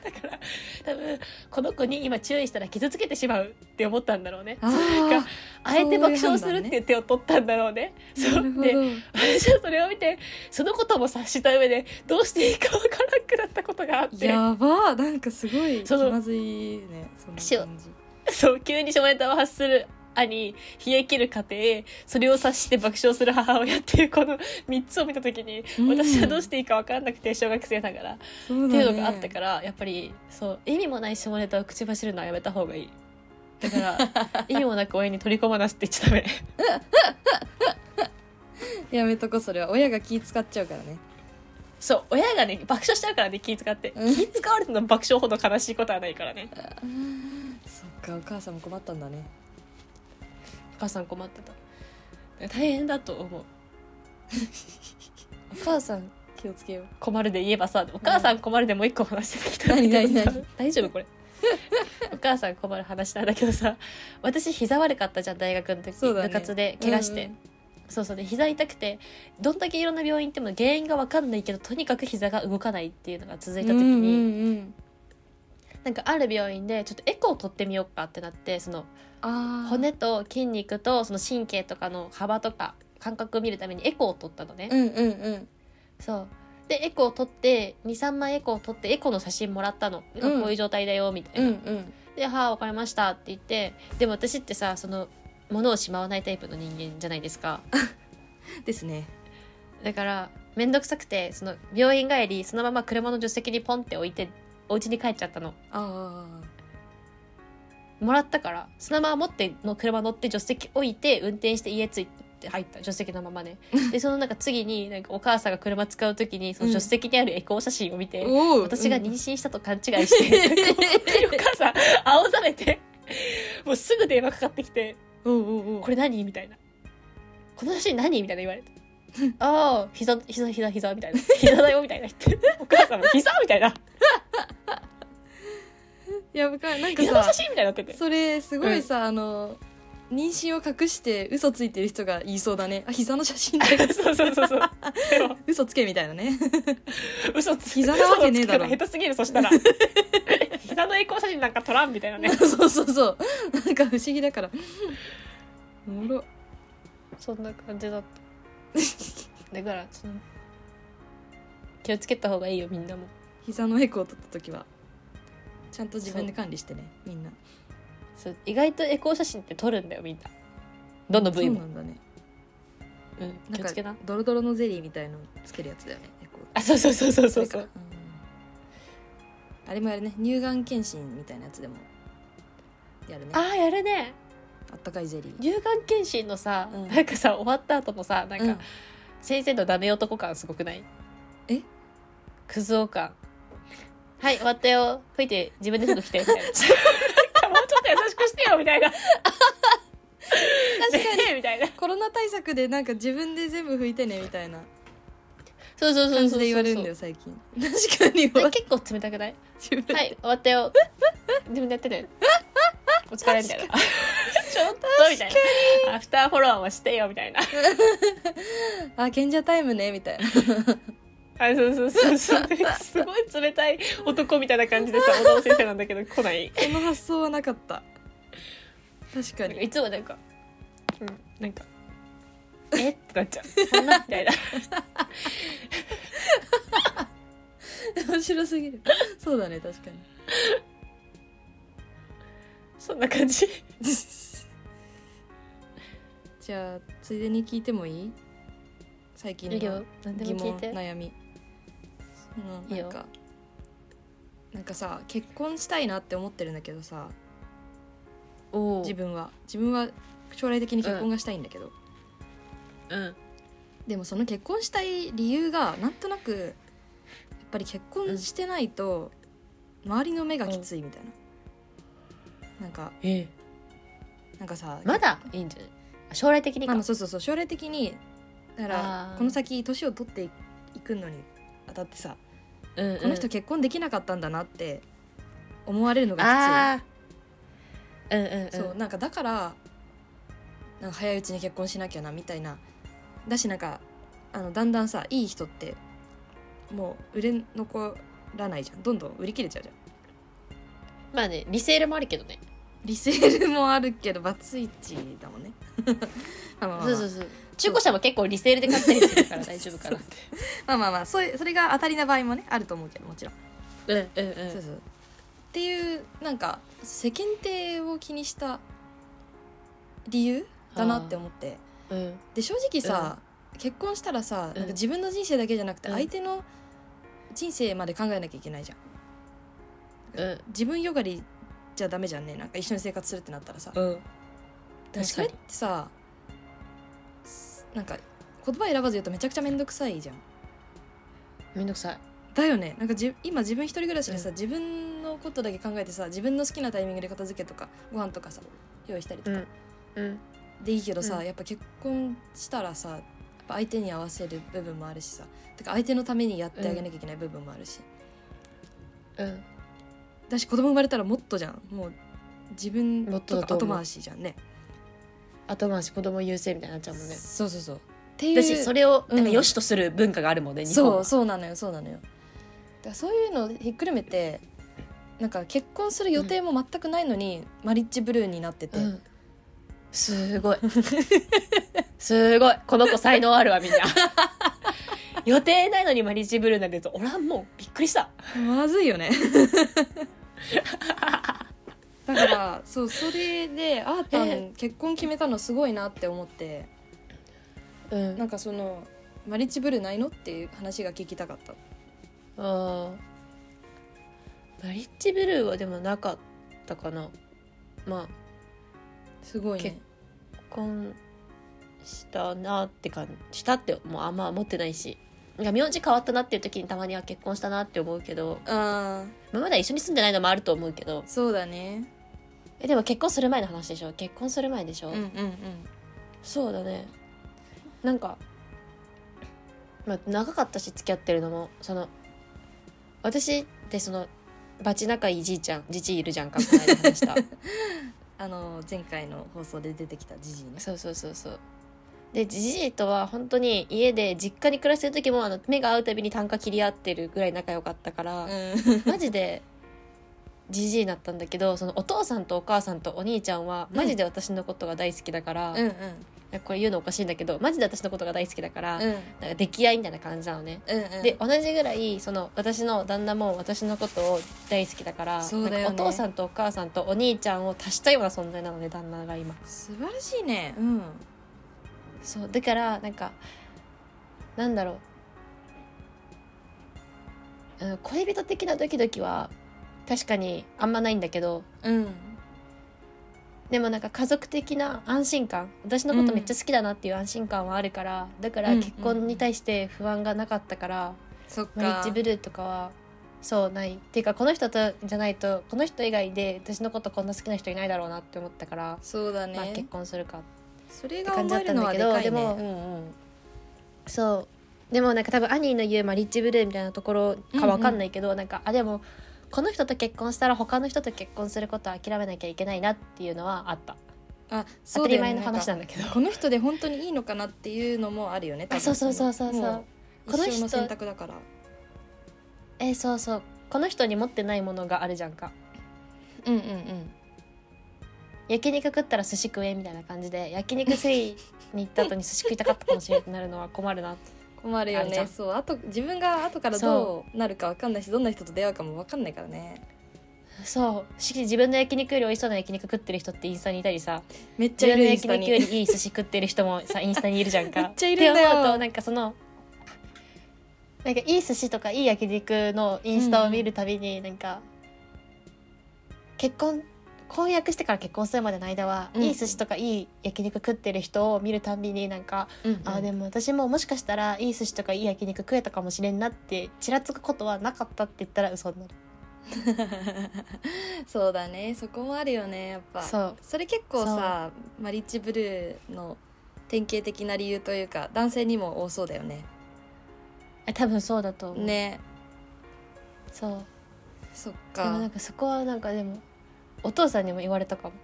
だから多分この子に今注意したら傷つけてしまうって思ったんだろうね。が
あー
あえて爆笑するっていう手を取ったんだろうね。
な
そ
る
う
ほ
で
ど
私はそれを見てそのことも察した上でどうしていいかわからなくなったことがあって
やばなんかすごい気
その
まずいねその
しょ
感じ
そう急に下ネタを発する兄冷え切る家庭それを察して爆笑する母親っていうこの3つを見た時に
うん
私はどうしていいかわからなくて小学生ながら、
そう
ってい
だ
うのがあった
ね
からやっぱりそう意味もない下ネタを口走るのはやめた方がいい。だから 意味もなく親に取り込まなすって言っちゃダメ。
やめとこそれは親が気使っちゃうからね
そう親がね爆笑しちゃうからね気使って
うん
気使われての爆笑ほど悲しいことはないからね。
そっかお母さんも困ったんだね
お母さん困ってた大変だと思うお母さん
気をつけよう
困るで言えばさお母さん困るでもう一個話してきたんだ
何
けど
何
さ
何
大丈夫これ お母さん困る話なんだけどさ私膝悪かったじゃん大学の時、
そうだね
部活で怪我して、
うん
そうそうで膝痛くてどんだけいろんな病院行っても原因が分かんないけどとにかく膝が動かないっていうのが続いた時に、
うんうんうん
なんかある病院でちょっとエコーを取ってみようかってなってその
あー
骨と筋肉とその神経とかの幅とか感覚を見るためにエコーを取ったのね、
うんうんうん
そうでエコーを取って23枚エコーを取ってエコーの写真もらったの、
うん
こういう状態だよみたいうな、
んうん
で「はあ分かりました」って言ってでも私ってさその物をしまわないタイプの人間じゃないですか
ですね
だから面倒くさくてその病院帰りそのまま車の助手席にポンって置いてお家に帰っちゃったの
あ
もらったからそのまま持っての車乗って助手席置いて運転して家着いて入った助手席のままねでそのなんか次になんかお母さんが車使う時にその助手席にあるエコー写真を見て、
ーおー
私が妊
うん
娠したと勘違いして、なんか本当にお母さん青ざめてもうすぐ電話かかってきて
おうおう
「
おう
これ何?」みたいな「この写真何?」みたいな言われて「ああ膝膝膝膝」みたいな「膝だよ」みたいな言ってお母さんも「膝」みたいな「
いや僕はなんか
膝の
さ
写真」みたいになってて
それすごいさ、あの妊娠を隠して嘘ついてる人が言いそうだねあ膝の写真で
そうそうそうそうでも
嘘つけみたいなね
嘘つ
膝なわけねえだろ
嘘つくの下手すぎるそしたら膝のエコー写真なんか撮らんみたいなね
そうそうそうなんか不思議だからおもろ
そんな感じだった だからその気をつけた方がいいよみんなも
膝のエコーを取った時はちゃんと自分で管理してねみんな
そう意外とエコー写真って撮るんだよみんなどの部位
そう
も
な、んだね
うん、
な
気
ん
をつけな
かドロドロのゼリーみたいのつけるやつだよねエコー
あそうそうそうそうそう
そ
そ
れ
う
かうんあれもやるね乳がん検診みたいなやつでもやるね
あーやるね
あったかいゼリー
乳がん検診のさ、
うん
なんかさ終わった後のさなんか、
うん
先生のダメ男感すごくない
え
クズ男感はい終わ ったよ吹いて自分ですぐ来てみたいなもうちょっと優しくしてよみたいな
確か に
ねみたいな
コロナ対策でなんか自分で全部拭いてねみたいな
そうそう
感じで言われるんだよ最近 確かに
え結構冷たくない
自分で
はい終わったよ自分でやってねお疲れみたいなちょっとみたいなアフターフォローもしてよみたいな
あ賢者タイムねみたいな
あそうそうそうそうすごい冷たい男みたいな感じでさ小野先生なんだけど来ない
その発想はなかった確か
なんか
に
いつもなんかうんなんかえってなっちゃうそんなみたいな
面白すぎるそうだね確かに
そんな感じ
じゃあついでに聞いてもいい最近の
何
疑問悩みそ
いい
のな
よ
んかなんかさ結婚したいなって思ってるんだけどさ
お
自分は自分は将来的に結婚がしたいんだけど、
うん
でもその結婚したい理由がなんとなくやっぱり結婚してないと周りの目がきついみたいな、なんか
え
なんかさ
まだいいんじゃないあ将来的に
ま
か
あまあそうそうそう将来的にだから
あー
この先年を取っていくのにあたってさ、
うんうん
この人結婚できなかったんだなって思われるのが
ああうんうんうん
きつい、そうなんかだからなんか早いうちに結婚しなきゃなみたいなだしなんかあのだんだんさいい人ってもう売れ残らないじゃんどんどん売り切れちゃうじゃん
まあねリセールもあるけどね
リセールもあるけどバツイチだもんね まあまあまあまあ
そうそうそう中古車も結構リセールで買ったりするから大丈夫かなって
まあまあまあそういうそれが当たりな場合もねあると思うけどもちろん
うんうんうん
そうそうっていうなんか世間体を気にした理由だなって思って
うん
で正直さ、結婚したらさ、なんか自分の人生だけじゃなくて
うん
相手の人生まで考えなきゃいけないじゃん
うん
自分よがりじゃダメじゃんねなんか一緒に生活するってなったらさ
うん
でもそれってさすなんか言葉選ばず言うとめちゃくちゃ面倒くさいじゃん
めんどくさい
だよねなんかじ今自分一人暮らしでさ、
う
自分のことだけ考えてさ自分の好きなタイミングで片付けとかご飯とかさ用意したりとか、
うん
でいいけどさ、
うん
やっぱ結婚したらさやっぱ相手に合わせる部分もあるしさてか相手のためにやってあげなきゃいけない部分もあるし、
うん
だし子供生まれたらもっとじゃんもう自分
もっと
と
だと
か
思う
後回しじゃんね
後回し子供優勢みたいになっちゃうもんね
そうそうそうっていう
だしそれをなんか
うん
良しとする文化があるもんね日本
そ
は
うそうなのよそうなのよだからそういうのをひっくるめてなんか結婚する予定も全くないのに、マリッジブルーになってて、
うんす ごいすごいこの子才能あるわみんな予定ないのにマリッジブルーなんてやつおらんもんびっくりした
まずい よねだからそうそれであーた
え
ん結婚決めたのすごいなって思って
うん
なんかその「マリッジブルーないの?」っていう話が聞きたかった
あーマリッジブルーはでもなかったかなまあ
すごいね
結結婚したなって感じしたってもうあんま思ってないしなんか名字変わったなっていう時にたまには結婚したなって思うけど、
ああ
まあ、まだ一緒に住んでないのもあると思うけど
そうだね
えでも結婚する前の話でしょ結婚する前でしょ、
うんうんうん
そうだねなんか、まあ、長かったし付き合ってるのもその私ってそのバチ仲いいじいちゃんじじいいるじゃんかこの間話した
あの前回の放送で出てきたジジイね
そうそうそうそうでじじいとは本当に家で実家に暮らしてる時もあの目が合うたびに単価切り合ってるぐらい仲良かったから、
う
マジでじじいだったんだけどそのお父さんとお母さんとお兄ちゃんはマジで私のことが大好きだから、
んう
い
んうん
やこれ言うのおかしいんだけどマジで私のことが大好きだから、
うん
なんか溺愛みたいな感じなのね。
うんうん
で同じぐらいその私の旦那も私のことを大好きだから
そうだよね
なんかお父さんとお母さんとお兄ちゃんを足したような存在なのね旦那が今
素晴らしいねうん
そうだからなんかなんだろううん恋人的なドキドキは確かにあんまないんだけど
うん
でもなんか家族的な安心感私のことめっちゃ好きだなっていう安心感はあるから、だから結婚に対して不安がなかったから、
そっ
マリッ
か
ジブルーとかはそうないっていうかこの人とじゃないとこの人以外で私のことこんな好きな人いないだろうなって思ったから、
そうだね、
まあ結婚するか
それが思えるのはでかいね
って感じだったんだけど
うんうん
そうでもなんか多分アニーの言う、まあ、リッチブルーみたいなところかわかんないけど、なんかあでもこの人と結婚したら他の人と結婚することは諦めなきゃいけないなっていうのはあった、
あそ
当
う
たり
だよね
前の話なんだけど
なんかこの人で本当にいいのかなっていうのもあるよね多
あ
分
そうそうそうそうそう
もう
この人
一生の選択だから
えそうそうこの人に持ってないものがあるじゃんか
うんうんうん
焼肉食ったら寿司食えみたいな感じで焼肉せいに行った後に寿司食いたかったかもしれないってなるのは困るなって
困るよ
あるじゃ
ね
ん
そうあと自分が後からどうなるか分かんないしどんな人と出会うかも分かんないからね
そうし自分の焼肉より美味しそうな焼肉食ってる人ってインスタにいたりさ
めっち
自
ゃい
分の
るイン
焼
スタ
肉よ
に
りいい寿司食ってる人も さインスタにいるじゃんか。
めっちゃいるんだよ
って思うとなんかそのなんかいい寿司とかいい焼肉のインスタを見るたびになんか、結婚婚約してから結婚するまでの間は、
うん
いい寿司とかいい焼肉食ってる人を見るたびになんか、
うんうん
あでも私ももしかしたらいい寿司とかいい焼肉食えたかもしれんなってちらつくことはなかったって言ったら嘘になる。
そうだねそこもあるよねやっぱ
そう
それ結構さマリッチブルーの典型的な理由というか男性にも多そうだよね
え多分そうだと思う。
ね
そう
そっ
でもな
か
んかそこはなんかでもお父さんにも言われたかも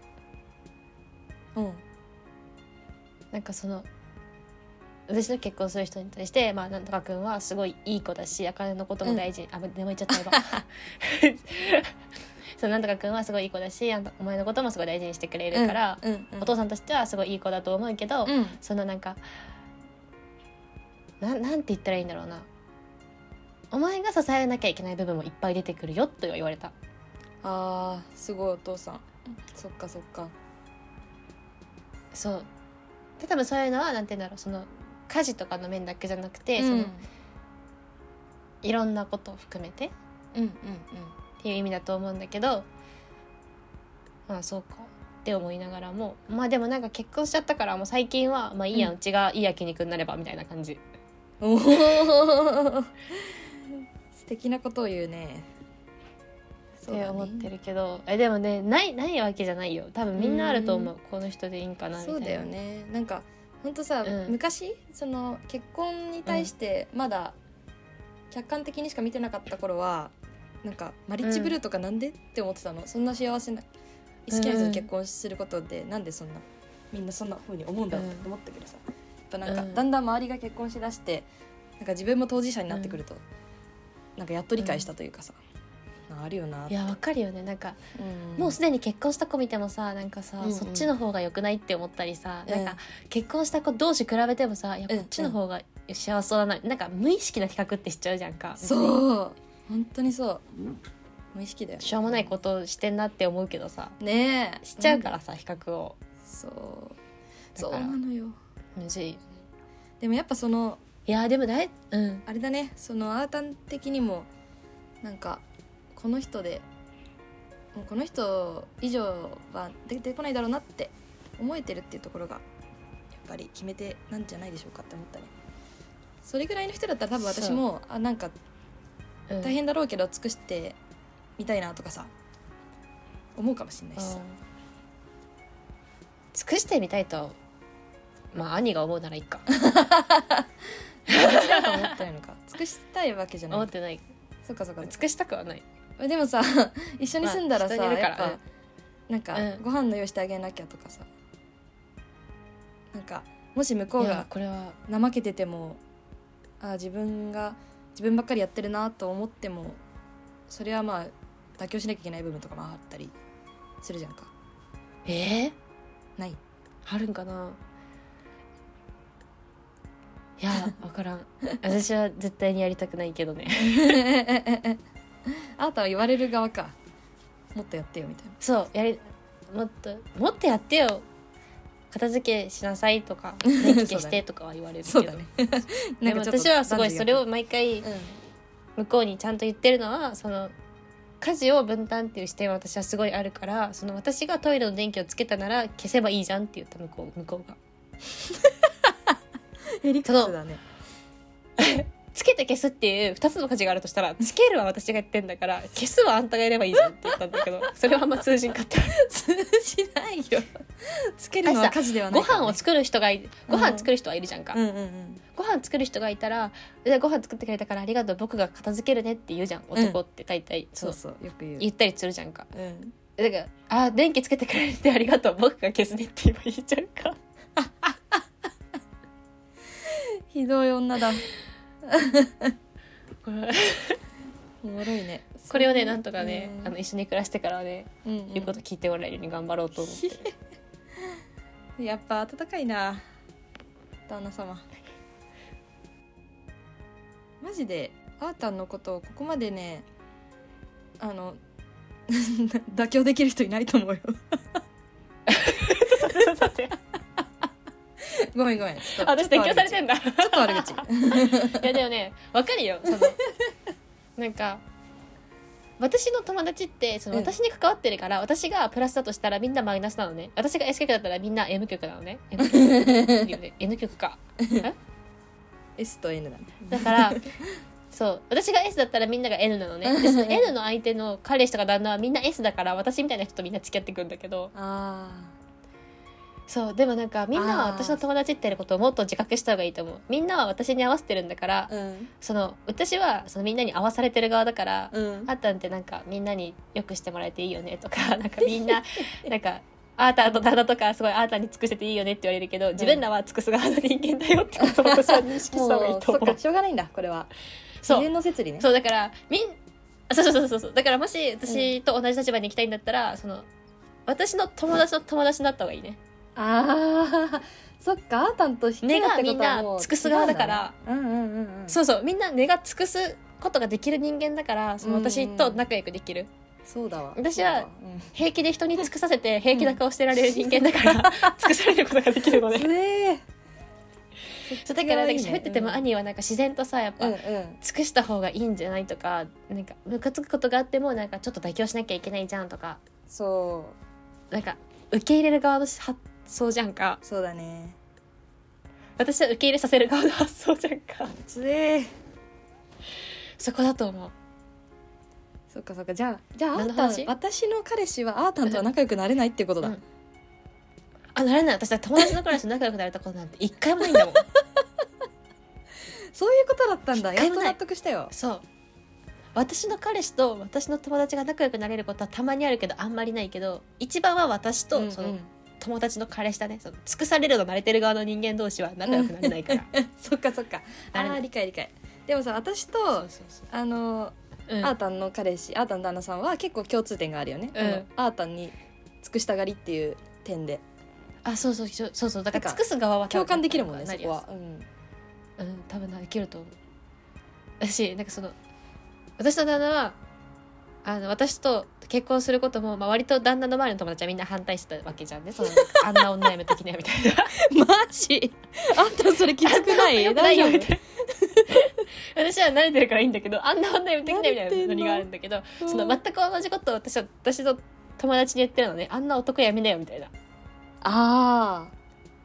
うん
なんかその私の結婚する人に対して、まあ、なんとか君はすごいいい子だし茜のことも大事に、あでも言っちゃ った今そうなんとか君はすごいいい子だしあんたお前のこともすごい大事にしてくれるから、
うんうん
お父さんとしてはすごいいい子だと思うけど、
うん
そのなんかなんなんて言ったらいいんだろうなお前が支えなきゃいけない部分もいっぱい出てくるよとは言われた
あーすごいお父さんそっかそっか
そうで多分そういうのはなんて言うんだろうその家事とかの面だけじゃなくて、
うん
そ
うん
のいろんなことを含めてっ
うんうん
ていう意味だと思うんだけどまあそうかって思いながらもまあでもなんか結婚しちゃったからもう最近はまあいいや、う
うん
ちがいい焼肉になればみたいな感じ
おー 素敵なことを言うね
って思って
る
るけど、えでもねないないわけじゃないよ多分みんなあると思うこの人でいいんかなみたい
そ
な
うだよねなんかほんとさ、
うん
昔その結婚に対してまだ客観的にしか見てなかった頃はなんかマリッジブルーとかなんで、って思ってたのそんな幸せな石木アリスと結婚することで、なんでそんなみんなそんな風に思うんだろうって思ったけどさ、やっぱなんか、
うん
だんだん周りが結婚しだしてなんか自分も当事者になってくると、なんかやっと理解したというかさ、ああるよなっ
い
て
やわかるよねなんか、
うん
もうすでに結婚した子見てもさなんかさ、
うんうん
そっちの方が良くないって思ったりさ、
う
なん
ん
か結婚した子同士比べてもさいや
う
こ
ん
っちの方が幸せそうだな、なんか無意識な比較ってしちゃうじゃんか
そう本当にそう無意識だよね
しょうもないことしてんなって思うけどさ
ねえ
しちゃうからさ、比較を
そう
だ
そう
から
なのよ
むずいよね
でもやっぱその
いやでもだいうん
あれだねそのアータン的にもなんかこの人でもうこの人以上は出てこないだろうなって思えてるっていうところがやっぱり決め手なんじゃないでしょうかって思ったねそれぐらいの人だったら多分私もあなんか
うん
大変だろうけど尽くしてみたいなとかさ思うかもしれないしさ
うん尽くしてみたいとまあ兄が思うならいいか
違うと思ったのか 尽くしたいわけじゃな
思っ
い
てない
そうかそうか
尽くしたくはない
でもさ 一緒に住んだらさ、
まあ人にいるから
やっぱ、なんか、
うん
ご飯の用意してあげなきゃとかさなんかもし向こう
いや
が
これは
怠けててもあー自分が自分ばっかりやってるなと思ってもそれはまあ妥協しなきゃいけない部分とかもあったりするじゃんか
えー、
ない
あるんかないやわからん私は絶対にやりたくないけどね
あなたは言われる側かもっとやってよみたいな
そうやりもっともっとやってよ片付けしなさいとか電気消してとかは言われるけど、
そうだね
でも私はすごいそれを
うん
毎回向こうにちゃんと言ってるのはその家事を分担っていう視点は私はすごいあるからその私がトイレの電気をつけたなら消せばいいじゃんって言った向こう向こうが
ヘリクスだね
つけと消すっていう2つの価値があるとしたらつけるは私がやってんだから消すはあんたがやればいいじゃんって言ったんだけど それはあんま通じんかった
通じないよつけるのは家事ではない
ご
から
飯
ね、
を作る人がいご飯作る人はいるじゃんか、
うんうんうん
ご飯作る人がいたら「でご飯作ってくれたからありがとう僕が片付けるね」って言うじゃん男って大体、そ
そううそうよく言う
言ったりするじゃんか
うん
だから「あー電気つけてくれてありがとう僕が消すね」って言えばいいじゃんか
ひどい女だ
これ
おもろいね
これをねなんとかね、
うん
あの一緒に暮らしてからはね、
うんうん
言うこと聞いてもらえるように頑張ろうと思って る
やっぱ温かいな旦那様マジであーたんのことをここまでねあの 妥協できる人いないと思うよ ごめんごめんちょっと
私
ちょっ
勉
と
強さ
悪口
れてんだ い
ちょっと悪口
やでもねわかるよ そのなんか私の友達ってその
うん
私に関わってるから、私がプラスだとしたらみんなマイナスなのね私が S 曲だったらみんな M 曲なのね M 曲いいよね N 曲 か
S と N だね
だからそう私が S だったらみんなが N なのねで その N の相手の彼氏とか旦那はみんな S だから私みたいな人とみんな付き合ってくんだけど
あ
そうでもなんかみんなは私の友達っていうことをもっと自覚した方がいいと思うみんなは私に合わせてるんだから、
あうん
その私はそのみんなに合わされてる側だから、
うん
あーたんってなんかみんなによくしてもらえていいよねとか なんかみんななんかあーたんと旦那とかすごいあーたんに尽くしてていいよねって言われるけど、自分らは尽くす側の人間だよってことを私は認識した方がいいと
そっ
思う
か。しょうがないんだこれは
そう
自然の摂理ね
そうだからみんあそうそうそうそうそうだからもし私と同じ立場に行きたいんだったら、その私の友達の友達になった方がいいね。
ああそっかあーたんと引き合うってことはもう
根がみんな尽くす側だから
違うんだねうんうんうんうん
そうそうみんな根が尽くすことができる人間だからその私と仲良くできる、
そうだわ
私は
う
平気で人に尽くさせて平気な顔してられる人間だ から、尽くされることができるの
だわ
で、
うんつえー
そうだからなんか喋ってても、
うん
兄はなんか自然とさやっぱ、
うんうん
尽くした方がいいんじゃないとかなんかムカつくことがあってもなんかちょっと妥協しなきゃいけないじゃんとか
そ
なんか受け入れる側の発想じゃんか
うそうだね
私は受け入れさせる側の発想じゃんか
つえー
そこだと思う
そっかそっかじゃあじゃああ
何の
ーた
話
ん私の彼氏はあーたんとは仲良くなれないってことだ、
うんあなれない私は友達の彼氏と仲良くなれたことなんて一回もないんだ もん
そういうことだったんだ
一回
や
も
っと
ない
納得したよ
そう私の彼氏と私の友達が仲良くなれることはたまにあるけどあんまりないけど一番は私
うん
と
うん
その友達の彼氏だねその尽くされるの慣れてる側の人間同士は仲良くなれない から
そっかそっかあ
なれな
ー
い
理解理解でもさ私
そ
と
うそうそう
あの
う
ー
ん
あーたんの彼氏あーたんの旦那さんは結構共通点があるよね、
うん
あのあーたんに尽くしたがりっていう点で
あそうそうそうそうそうだから
なん
尽
か
くす側は
共感できるもんね
な
そ
り
こ
やすい
は、うん、
うん、多分な、いけると思う。私、なんかその、私の旦那は、あの、私と結婚することも、まあ、割と旦那の周りの友達はみんな反対してたわけじゃんね。その、あんな女やめときね、みたいな。
マジあんたそれきつくな い
よくな
大
い
丈
よ、
夫
みたいな。私は慣れてるからいいんだけど、あんな女やめときね、みたいなノリがあるんだけど、 その、全く同じことを私は、私の友達に言ってるのね。あんな男やめなよ、みたいな。
ああ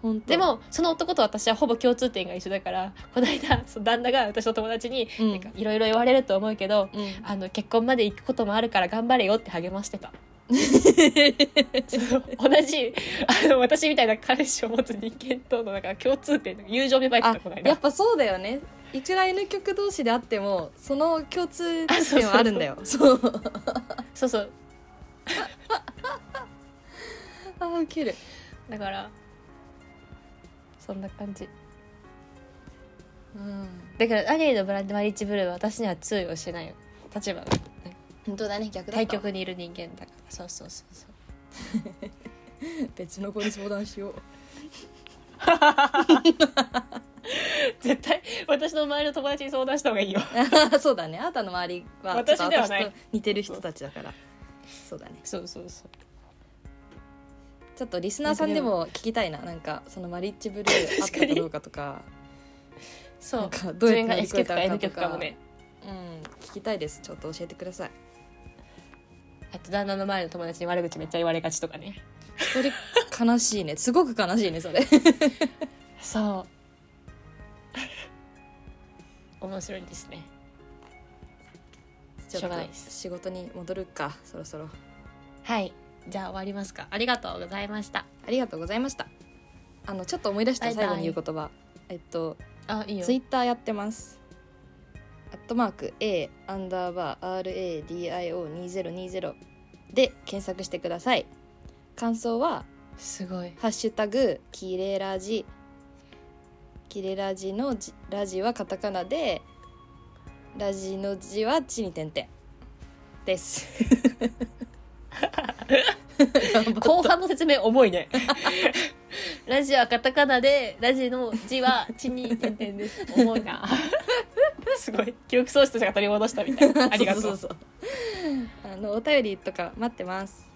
本当
で、も、その男と私はほぼ共通点が一緒だから、この間、その旦那が私の友達に、
うん
なんか、いろいろ言われると思うけど、
うん、
あの結婚まで行くこともあるから頑張れよって励ま してたその同じあの私みたいな彼氏を持つ人間とのなんか共通点友情芽生えて
あ
たこの
や
間
っぱそうだよねいくら N 曲同士であってもその共通点はあるんだよ そう
そうそう
あーウケる
だからそんな感じ
うん
だからアニーのブランドマリッジブルーは私には通用しないよ立場が
本当だね逆だ
対局にいる人間だからそうそうそうそう
別の子に相談しよう
絶対私の周りの友達に相談した方がいいよ
そうだねあなたの周りは
私ではない
ちょっと私と似てる人たちだからそうだね
そうそうそう
ちょっとリスナーさんでも聞きたいななんかそのマリッジブルーあっ
確
た
か
か
に
どうかとか
そ
なん
う
かどう
自
や
分
って
が
乗り
S
越え
曲か
た
N
のかと
曲
か
かもね
うん聞きたいですちょっと教えてください
あと旦那の周りの友達に悪口めっちゃ言われがちとかね
それ悲しいねすご く悲しいねそれ
そう 面白いですね
ちょっ
しょうがない
と
です
仕事に戻るかそろそろ
はいじゃあ終わりますかありがとうございました
ありがとうございましたあのちょっと思い出した
バイバイ
最後に言う言葉えっと
あいい
ツイッターやってますアットマーク A アンダーバー RADIO2020 で検索してください感想は
すごい
ハッシュタグキレラジキレラジのじラジはカタカナでラジの字は地に点々です 頑張った
後半の説明重いね ラジオはカタカナでラジの字は地に点々です重いな すごい記憶喪失者が取り戻したみたいなありがとう そ
そううそうそうあのお便りとか待ってます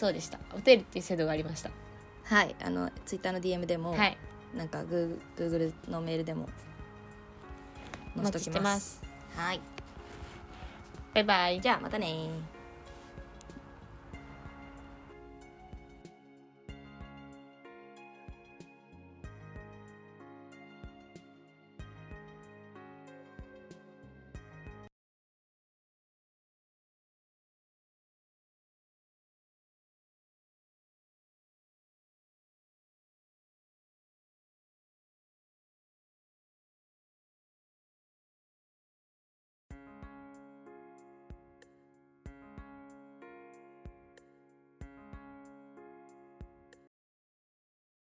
でしたお便りっていう制度がありました
はいあのツイッターの DM でも、
はい
なんかグーグルのメールでも
お
載せ
待
と
ちし
き
て
ま
ますす
はい
バイバイ
じゃあまたねー